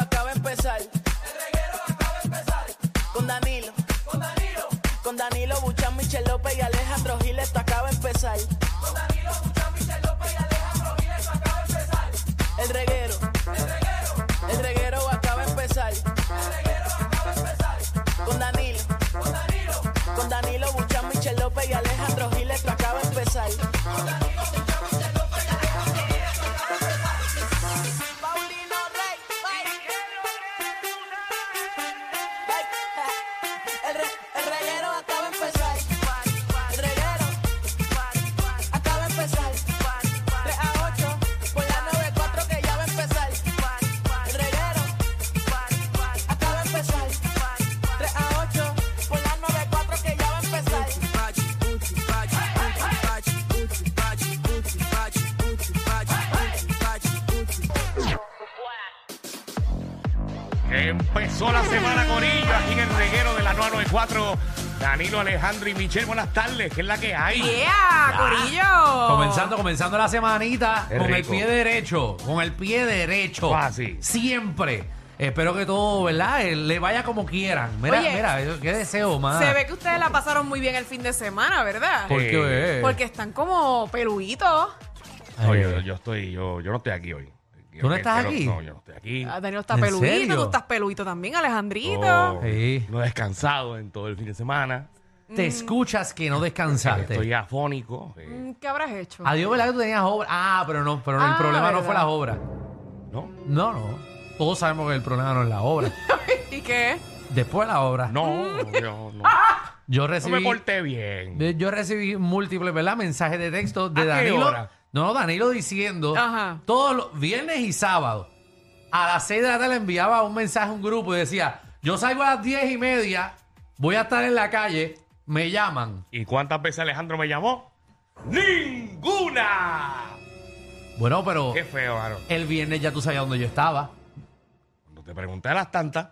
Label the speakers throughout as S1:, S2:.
S1: acaba de empezar. El reguero acaba de empezar. Con Danilo. Con Danilo. Con Danilo Buchan, Michel López y Alejandro Gil, esto acaba de empezar. Con Danilo Buchan, Michel López y Alejandro Gil, esto acaba de empezar. El reguero. El reguero. El reguero acaba de empezar. El reguero acaba de empezar. Con Danilo. Con Danilo. Con Danilo Buchan, Michel López y Alejandro Gil, esto acaba de empezar. Paulino Rey. El, re, el reguero acaba de empezar. El reguero acaba de empezar. 3 a 8 por la 94 que ya va a empezar. El reguero acaba de empezar. 3 a 8 por la 94 que ya va a empezar.
S2: Empezó la semana con ellos aquí en el reguero de la 994. Danilo, Alejandro y Michelle, buenas tardes. ¿Qué es la que hay?
S3: ¡Yeah, Corillo!
S4: Comenzando, comenzando la semanita
S2: Qué
S4: con el
S2: rico.
S4: pie derecho, con el pie derecho.
S2: Ah, sí.
S4: Siempre. Espero que todo, ¿verdad? Eh, Le vaya como quieran. Mira,
S3: Oye,
S4: mira, eh, qué deseo más.
S3: Se ve que ustedes la pasaron muy bien el fin de semana, ¿verdad?
S4: ¿Por qué?
S3: Porque están como peluitos.
S4: Ay,
S2: Oye, yo, yo estoy, yo, yo no estoy aquí hoy.
S4: ¿Tú no estás
S2: Quiero-
S4: aquí?
S2: No, yo no estoy aquí.
S3: Ah, Daniel está
S4: ¿En
S3: peluito,
S4: serio? Oh.
S3: tú estás peluito también, Alejandrito.
S2: No,
S4: Sí.
S2: no he descansado en todo el fin de semana.
S4: Te escuchas que no descansaste.
S2: Estoy afónico. eh,
S3: Mm, ¿Qué habrás hecho?
S4: Adiós, ¿verdad? Que tú tenías obra. Ah, pero no, pero no, el
S3: Ah,
S4: problema no
S3: ¿verdad?
S4: fue la obra.
S2: ¿No?
S4: No, no. Todos sabemos que el problema no es la obra.
S3: ¿Y qué?
S4: Después de la obra. Mm.
S2: No, yo no.
S4: Ah, Yo
S2: No
S4: recibí.
S2: me porté bien.
S4: Eh, Yo recibí múltiples, ¿verdad? Mensajes de texto
S2: ¿A
S4: de
S2: qué
S4: Danilo.
S2: hora?
S4: No, Danilo diciendo
S3: Ajá.
S4: todos los viernes y sábados. A las 6 de la tarde le enviaba un mensaje a un grupo y decía: Yo salgo a las 10 y media, voy a estar en la calle, me llaman.
S2: ¿Y cuántas veces Alejandro me llamó? ¡Ninguna!
S4: Bueno, pero
S2: Qué feo, Aaron.
S4: el viernes ya tú sabías dónde yo estaba.
S2: Cuando te pregunté a las tantas,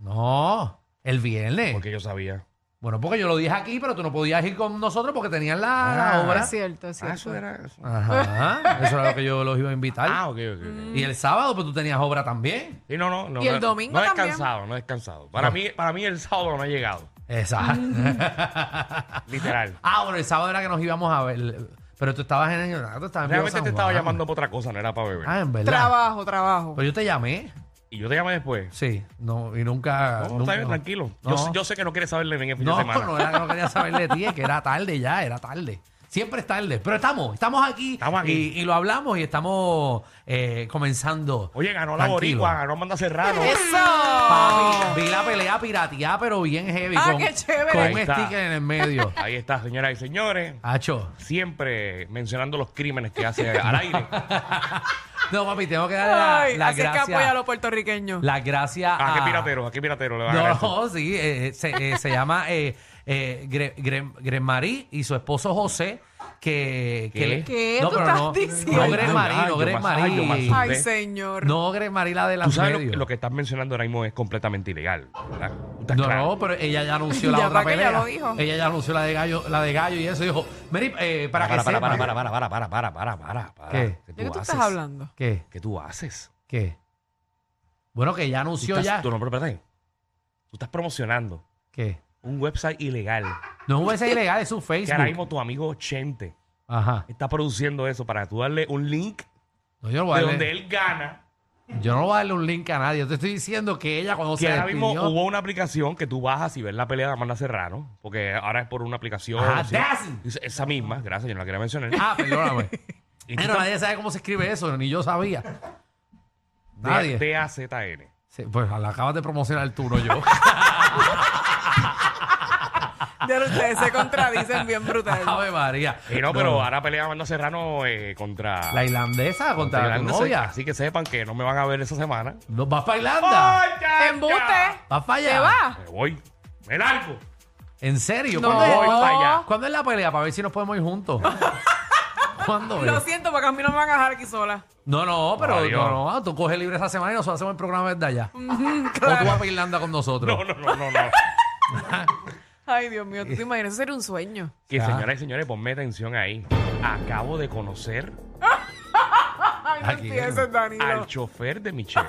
S4: No, el viernes.
S2: porque yo sabía.
S4: Bueno, porque yo lo dije aquí, pero tú no podías ir con nosotros porque tenías la, la
S2: Ah,
S4: obra.
S3: Es cierto, es
S2: Ah,
S3: cierto.
S2: eso era eso.
S4: Ajá, eso era lo que yo los iba a invitar.
S2: Ah, ok, ok, ok.
S4: Y el sábado, pues tú tenías obra también.
S2: Sí, no, no, no.
S3: Y el
S2: no-
S3: domingo
S2: No he
S3: también.
S2: descansado, no he descansado. Para,
S4: No.
S2: mí, para mí el sábado no ha llegado,
S4: Exacto.
S2: literal.
S4: Ah, bueno, el sábado era que nos íbamos a ver. Pero tú estabas en el. Tú estabas en Viva
S2: Realmente
S4: San
S2: te estaba
S4: Juan.
S2: llamando por otra cosa, no era para beber.
S4: Ah, en verdad.
S3: Trabajo, trabajo.
S4: Pero yo te llamé.
S2: Y yo te llamé después.
S4: Sí. No, y Ah, nunca.
S2: No, está
S4: nunca-
S2: bien, tranquilo. Yo
S4: No.
S2: sé- Yo, sé que no quieres saberle bien el fin
S4: No,
S2: de semana.
S4: no, era que no quería saber de ti, es que era tarde ya, era tarde. Siempre es tarde. Pero estamos, estamos aquí.
S2: Estamos aquí.
S4: Y, y lo hablamos y estamos eh, comenzando.
S2: Oye, ganó la
S4: Tranquilo.
S2: Boricua, ganó Amanda Serrano.
S4: Pues,
S3: ¡Eso!
S4: Papi, vi la pelea pirateada, pero bien heavy.
S3: Ah,
S4: con,
S3: qué chévere.
S4: Con
S2: Ahí
S4: un
S2: está.
S4: sticker en el medio.
S2: Ahí está, señoras y señores.
S4: Hacho.
S2: Siempre mencionando los crímenes que hace al aire.
S4: No, papi, tengo que
S3: Ay,
S4: darle la, la
S3: así es que apoya a
S4: gracia.
S3: los puertorriqueños.
S4: La gracia
S2: ¿A Ah, qué piratero? ¿A qué piratero le van a
S4: No,
S2: ganar eso?
S4: no, sí, eh, eh, se, eh, se llama eh, eh, Gre- Gre- Grenmarí y su esposo José, que...
S2: ¿Qué?
S4: que le-
S3: ¿Qué
S4: No,
S3: tú
S4: pero
S3: estás
S4: no,
S3: diciendo?
S4: no Grenmarí,
S2: Ay, yo más-
S4: no
S2: ay, yo
S4: Grenmarí.
S2: más-
S3: Ay,
S2: ¿Ves?
S3: señor.
S4: No Grenmarí, la de
S2: Tú
S4: las
S2: sabes lo,
S4: medios.
S2: lo que estás mencionando ahora mismo es completamente ilegal, ¿verdad? Tú estás
S4: No,
S2: claro.
S4: no, pero ella ya anunció la
S3: Ya
S4: otra
S3: va que
S4: pelea.
S3: ya lo dijo.
S4: Ella ya anunció la de gallo, la de gallo y eso dijo, Mary, eh, para,
S2: para,
S4: que
S2: para, para,
S4: sepa".
S2: para, para, para, para, para, para, para, para.
S4: ¿Qué?
S3: ¿De qué tú estás
S2: haces?
S3: hablando?
S4: ¿Qué?
S2: ¿Qué tú haces?
S4: ¿Qué? Bueno, que ya
S2: Tú
S4: anunció
S2: estás-
S4: ya.
S2: tú no, pero espérate. Tú estás promocionando
S4: ¿Qué?
S2: un website ilegal
S4: No es un ilegal, es un
S2: que ahora
S4: Facebook.
S2: mismo tu amigo Chente
S4: Ajá.
S2: está produciendo eso para tú darle un link
S4: No, yo no
S2: de
S4: voy a
S2: donde
S4: darle,
S2: él gana.
S4: yo no voy a darle un link a nadie. Yo te estoy diciendo que ella cuando
S2: Que
S4: se
S2: ahora mismo
S4: despidió-
S2: hubo una aplicación que tú bajas y ves la pelea de Amanda Serrano, porque ahora es por una aplicación.
S4: Ajá,
S2: sí.
S4: Dazzle.
S2: Es- Esa misma, gracias, yo no la quería mencionar.
S4: Ah, perdóname.
S2: Y tú
S4: Pero
S2: estás-
S4: nadie sabe cómo se escribe eso, ni yo sabía.
S2: D-
S4: Nadie.
S2: DAZN.
S4: Sí, pues la acabas de promocionar tú, no yo.
S3: Ya ustedes se contradicen bien brutal.
S4: Ave María.
S2: Y no, pero ahora pelea Amanda Serrano eh, contra
S4: Ah, La irlandesa contra,
S2: la
S4: tu
S2: irlandesa.
S4: novia.
S2: Así que sepan que no me van a ver esa semana.
S4: No, ¿Vas para Irlanda?
S2: ¡Muchacha!
S3: ¡Embuste!
S4: ¿Vas para allá?
S3: ¿Te va?
S2: Me voy. Me largo.
S4: ¿En serio?
S3: No.
S4: ¿Cuándo,
S2: Voy
S4: es-
S2: para allá.
S4: cuándo es la pelea? Para ver si nos podemos ir juntos. ¿Cuándo es?
S3: Lo siento, porque a mí no me van a dejar aquí sola.
S4: No, no, pero
S2: Adiós.
S4: no, no, tú coges libre esa semana y nosotros hacemos el programa desde allá. O tú vas para Irlanda con nosotros.
S2: No, no, no, no. no.
S3: Ay, Dios mío,
S4: Eh.
S3: tú te imaginas, eso sería un sueño.
S2: Que
S4: Ya.
S2: señoras y señores, ponme atención ahí. Acabo de conocer
S3: Ay, no
S4: Aquí.
S3: empieces, Danilo.
S2: al chofer de Michelle.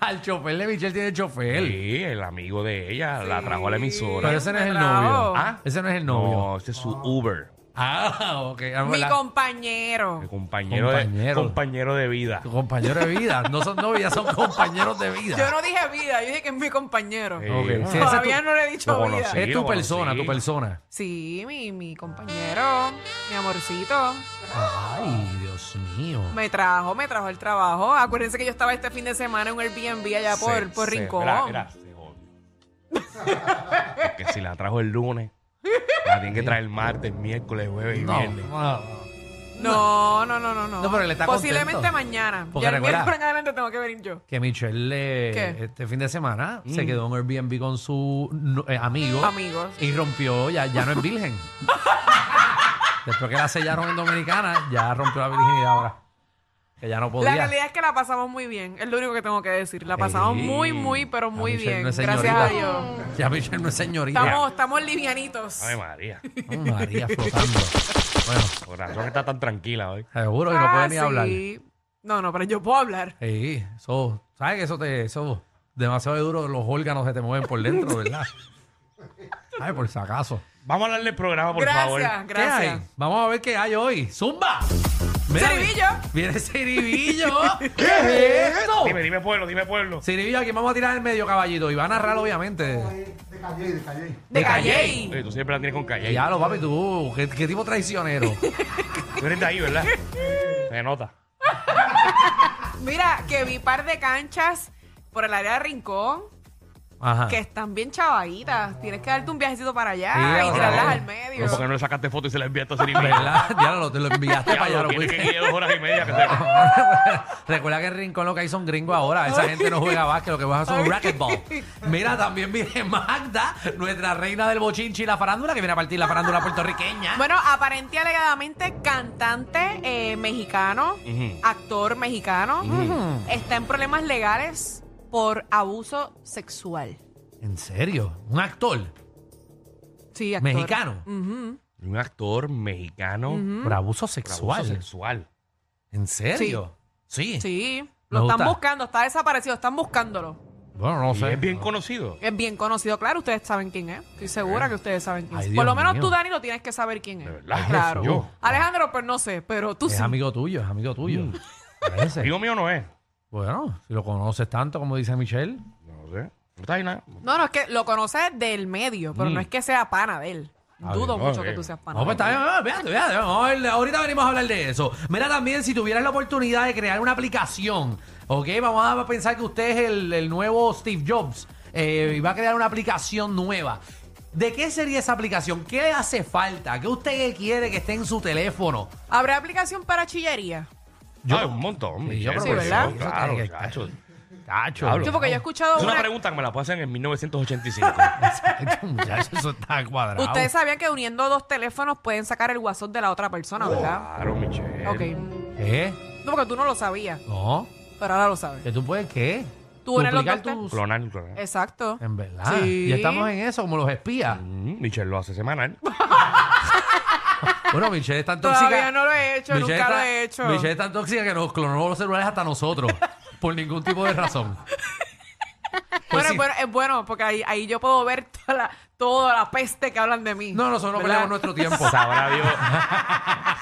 S4: Al chofer de Michelle tiene chofer.
S2: Sí, el amigo de ella la trajo a la emisora.
S4: Pero ese no es el
S3: Me trajo.
S4: novio.
S2: ¿Ah?
S4: Ese no es el novio.
S2: No, ese es su Uber.
S4: Ah, ok. Ah,
S3: Mi
S4: ¿verdad?
S3: compañero.
S2: El compañero, De,
S4: Compañero.
S2: compañero de vida.
S4: Tu compañero de vida. No son novias, son compañeros de vida.
S3: Yo no dije vida, yo dije que es mi compañero.
S2: Sí.
S4: Ok, sí, ese es
S3: Todavía
S4: tu-
S3: no le he dicho
S2: Eh, Lo
S3: vida.
S2: conocí.
S4: Es
S2: lo
S4: tu persona,
S2: conocí.
S4: tu persona.
S3: Sí, mi, mi compañero, mi amorcito.
S4: Ay, Dios mío.
S3: Me trajo, me trajo el trabajo. Acuérdense que yo estaba este fin de semana en un Airbnb allá por,
S2: Se-
S3: por
S2: se-
S3: Rincón.
S2: mira, mira, se jodió. Porque si la trajo el lunes, la tienen que traer el martes, miércoles, jueves y
S4: No, Ah.
S2: viernes.
S4: no, no.
S3: No, no, no, no, no.
S4: No, pero él está
S3: Posiblemente
S4: contento.
S3: mañana.
S4: Porque
S3: ya el
S4: recuerda-
S3: miércoles en adelante tengo que venir yo.
S4: Que Michelle eh,
S3: ¿Qué?
S4: este fin de semana se quedó en Airbnb con su no- eh, amigo.
S3: Amigos.
S4: Y rompió, ya, ya no es virgen. Después que la sellaron en Dominicana, ya rompió la virginidad ahora. Que ya no podía.
S3: La realidad es que la pasamos muy bien. Es lo único que tengo que decir. La pasamos
S4: Ey.
S3: muy, muy, pero muy
S4: Ya Michelle
S3: bien.
S4: no es
S3: Gracias
S4: señorita.
S3: a Dios.
S4: Ya Michelle no es señorita.
S3: Estamos, estamos livianitos.
S2: Ave María.
S4: Oh, María flotando. Bueno,
S2: Por razón está tan tranquila hoy.
S4: seguro que no
S3: Ah,
S4: puede ni hablar.
S3: sí. No, no, pero yo puedo hablar.
S4: Sí, eso, ¿sabes que eso te, eso demasiado duro, los órganos se te mueven por dentro, ¿verdad? Ay, por si acaso.
S2: Vamos a hablarle el programa, por
S3: gracias,
S2: favor.
S4: ¿Qué hay?
S3: gracias.
S4: Vamos a ver qué hay hoy. ¡Zumba! Mira,
S3: Ciribillo.
S4: Viene Ciribillo. ¿Qué es esto?
S2: Dime, dime pueblo, dime pueblo.
S4: Ciribillo, aquí vamos a tirar el medio caballito y va a narrar, obviamente.
S5: De Calle, de Calle.
S3: De Calle.
S2: Oye, tú siempre la tienes con calle.
S4: Ya lo, papi, tú, qué, qué tipo traicionero.
S2: Tú eres de ahí, ¿verdad? Se nota.
S3: Mira, que vi par de canchas por el área de Rincón.
S4: Ajá.
S3: que están bien chavaditas. Tienes que darte un viajecito para allá
S4: Sí, oh,
S3: y
S4: o sea,
S3: tirarlas al
S2: Pero
S3: medio.
S2: ¿Por qué no le sacaste foto y se la enviaste a Siribilla?
S4: ¿Verdad? Ya lo, te lo enviaste para allá,
S2: Ya,
S4: lo
S2: tiene que
S4: pusiste.
S2: ir dos horas y media que se...
S4: Recuerda que en Rincón lo que hay son gringos ahora. Esa gente no juega básquet, lo que juega son racquetball. Mira, también viene Magda, nuestra reina del bochinchi y la farándula, que viene a partir la farándula puertorriqueña.
S3: Bueno, aparente y alegadamente cantante eh, mexicano,
S2: Ujú.
S3: actor mexicano,
S4: Ujú.
S3: está en problemas legales por abuso sexual.
S4: ¿En serio? ¿Un actor?
S3: Sí, actor.
S4: ¿Mexicano?
S3: Ujú.
S2: Un actor mexicano
S4: Por abuso
S2: por
S4: sexual.
S2: abuso sexual.
S4: ¿En serio? Sí.
S3: Sí,
S4: Eh, Me
S3: lo
S4: gusta.
S3: están buscando, está desaparecido, están buscándolo.
S4: Bueno, no
S2: Y
S4: sé.
S2: es bien conocido.
S3: Es bien conocido, claro, ustedes saben quién es. Estoy segura que ustedes saben quién
S4: Eh, Ay,
S3: es.
S4: Dios
S3: Por lo menos
S4: mío.
S3: tú, Dani, lo tienes que saber quién es.
S2: De verdad,
S3: claro.
S2: Jesús.
S3: Alejandro, pues no sé, pero tú
S4: Es
S3: sí.
S4: amigo tuyo, es amigo tuyo.
S2: Mm.
S4: Parece.
S2: Digo mío no es.
S4: Bueno, si lo conoces tanto como dice Michelle.
S2: No sé. No está ahí nada.
S3: No, no, es que lo conoces del medio, pero no es que sea pana de él.
S4: Mm. Ah,
S3: Dudo
S2: no,
S3: mucho
S2: eh.
S3: que tú seas pana.
S4: No, pues
S3: de
S4: está
S3: él.
S4: bien, ah, espérate, espérate, vamos a ver, ahorita venimos a hablar de eso. Mira también, si tuvieras la oportunidad de crear una aplicación, ¿ok? Vamos a pensar que usted es el, el nuevo Steve Jobs eh, y va a crear una aplicación nueva. ¿De qué sería esa aplicación? ¿Qué hace falta? ¿Qué usted quiere que esté en su teléfono?
S3: ¿Habrá aplicación para chillería?
S2: Yo un montón.
S4: Sí,
S2: Michelle,
S4: yo creo
S3: Sí,
S2: por
S4: que
S3: ¿verdad?
S2: Dios,
S4: Eso
S2: Claro,
S4: tiene que-
S2: chacho.
S4: Cacho,
S2: Hablo.
S3: Sí, porque yo he escuchado
S2: Es una
S3: una...
S2: pregunta que me la pasan en 1985.
S4: Este muchacho, eso está cuadrado.
S3: Ustedes sabían que uniendo dos teléfonos pueden sacar el WhatsApp de la otra persona, ¿verdad?
S2: claro, Michelle.
S3: Ok.
S4: ¿Qué?
S3: No, porque tú no lo sabías,
S4: No,
S3: pero ahora lo sabes.
S4: que tú puedes, ¿qué?
S3: Tú eres los
S4: Duplicar
S3: dos
S4: tus-
S2: Clonar, clonar.
S3: Exacto.
S4: En verdad.
S3: Sí.
S4: Y estamos en eso, como los espías.
S2: Mm, Michelle lo hace semanal.
S4: Bueno, Michelle es tan tóxica.
S3: Todavía no lo he hecho, nunca lo
S4: está-
S3: he hecho.
S4: Michelle es tan tóxica que nos clonó los celulares hasta nosotros. por ningún tipo de razón. Pues
S3: bueno,
S4: sí.
S3: es bueno, es bueno, porque ahí, ahí yo puedo ver toda la, toda la peste que hablan de mí.
S4: No, nosotros no
S3: ¿verdad?
S4: perdemos nuestro tiempo.
S2: Sabrá Dios.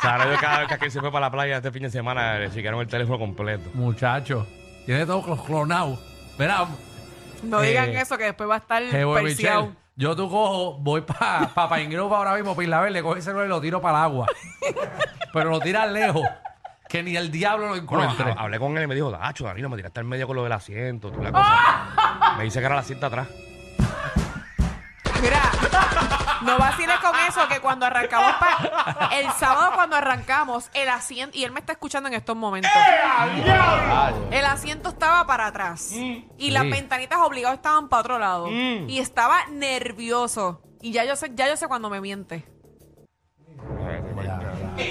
S2: Sabrá Dios cada vez que aquel se fue para la playa este fin de semana le chicaron el teléfono completo.
S4: Muchacho, tiene todo cl- clonado. Verá,
S3: Mm, No digan
S4: Eh,
S3: eso, que después va a estar
S4: jevo de Michelle.
S3: perseado.
S4: Yo tú cojo, voy para pa, pa Ingrova ahora mismo, para Isla Verde, le coge el celular y lo tiro para el agua. Pero lo tiras lejos, que ni el diablo lo
S2: Bueno,
S4: encuentre.
S2: ha- hablé con él y me dijo, Dacho, Danilo, me tiraste al medio con lo del asiento, tú la cosa. me dice que era la asiento atrás.
S3: Mira, no vaciles con eso que cuando arrancamos pa- el sábado cuando arrancamos el asiento y él me está escuchando en estos momentos. El asiento estaba para atrás y las
S4: Sí.
S3: ventanitas obligadas estaban para otro lado y estaba nervioso y ya yo sé ya yo sé cuando me miente. Porque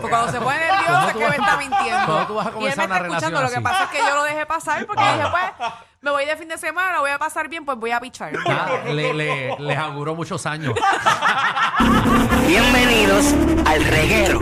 S3: Pues cuando se pone nervioso
S4: ¿Cómo
S3: es
S4: tú
S3: que
S4: vas-
S3: me está mintiendo.
S4: cómo tú vas a
S3: y él me
S4: comenzar
S3: está
S4: una relación
S3: escuchando. Lo que
S4: así? Ah.
S3: pasa es que yo lo dejé pasar porque dije, pues, me voy de fin de semana, voy a pasar bien, pues voy a pichar.
S4: Ah, le, le- les auguró muchos años.
S5: Bienvenidos al reguero.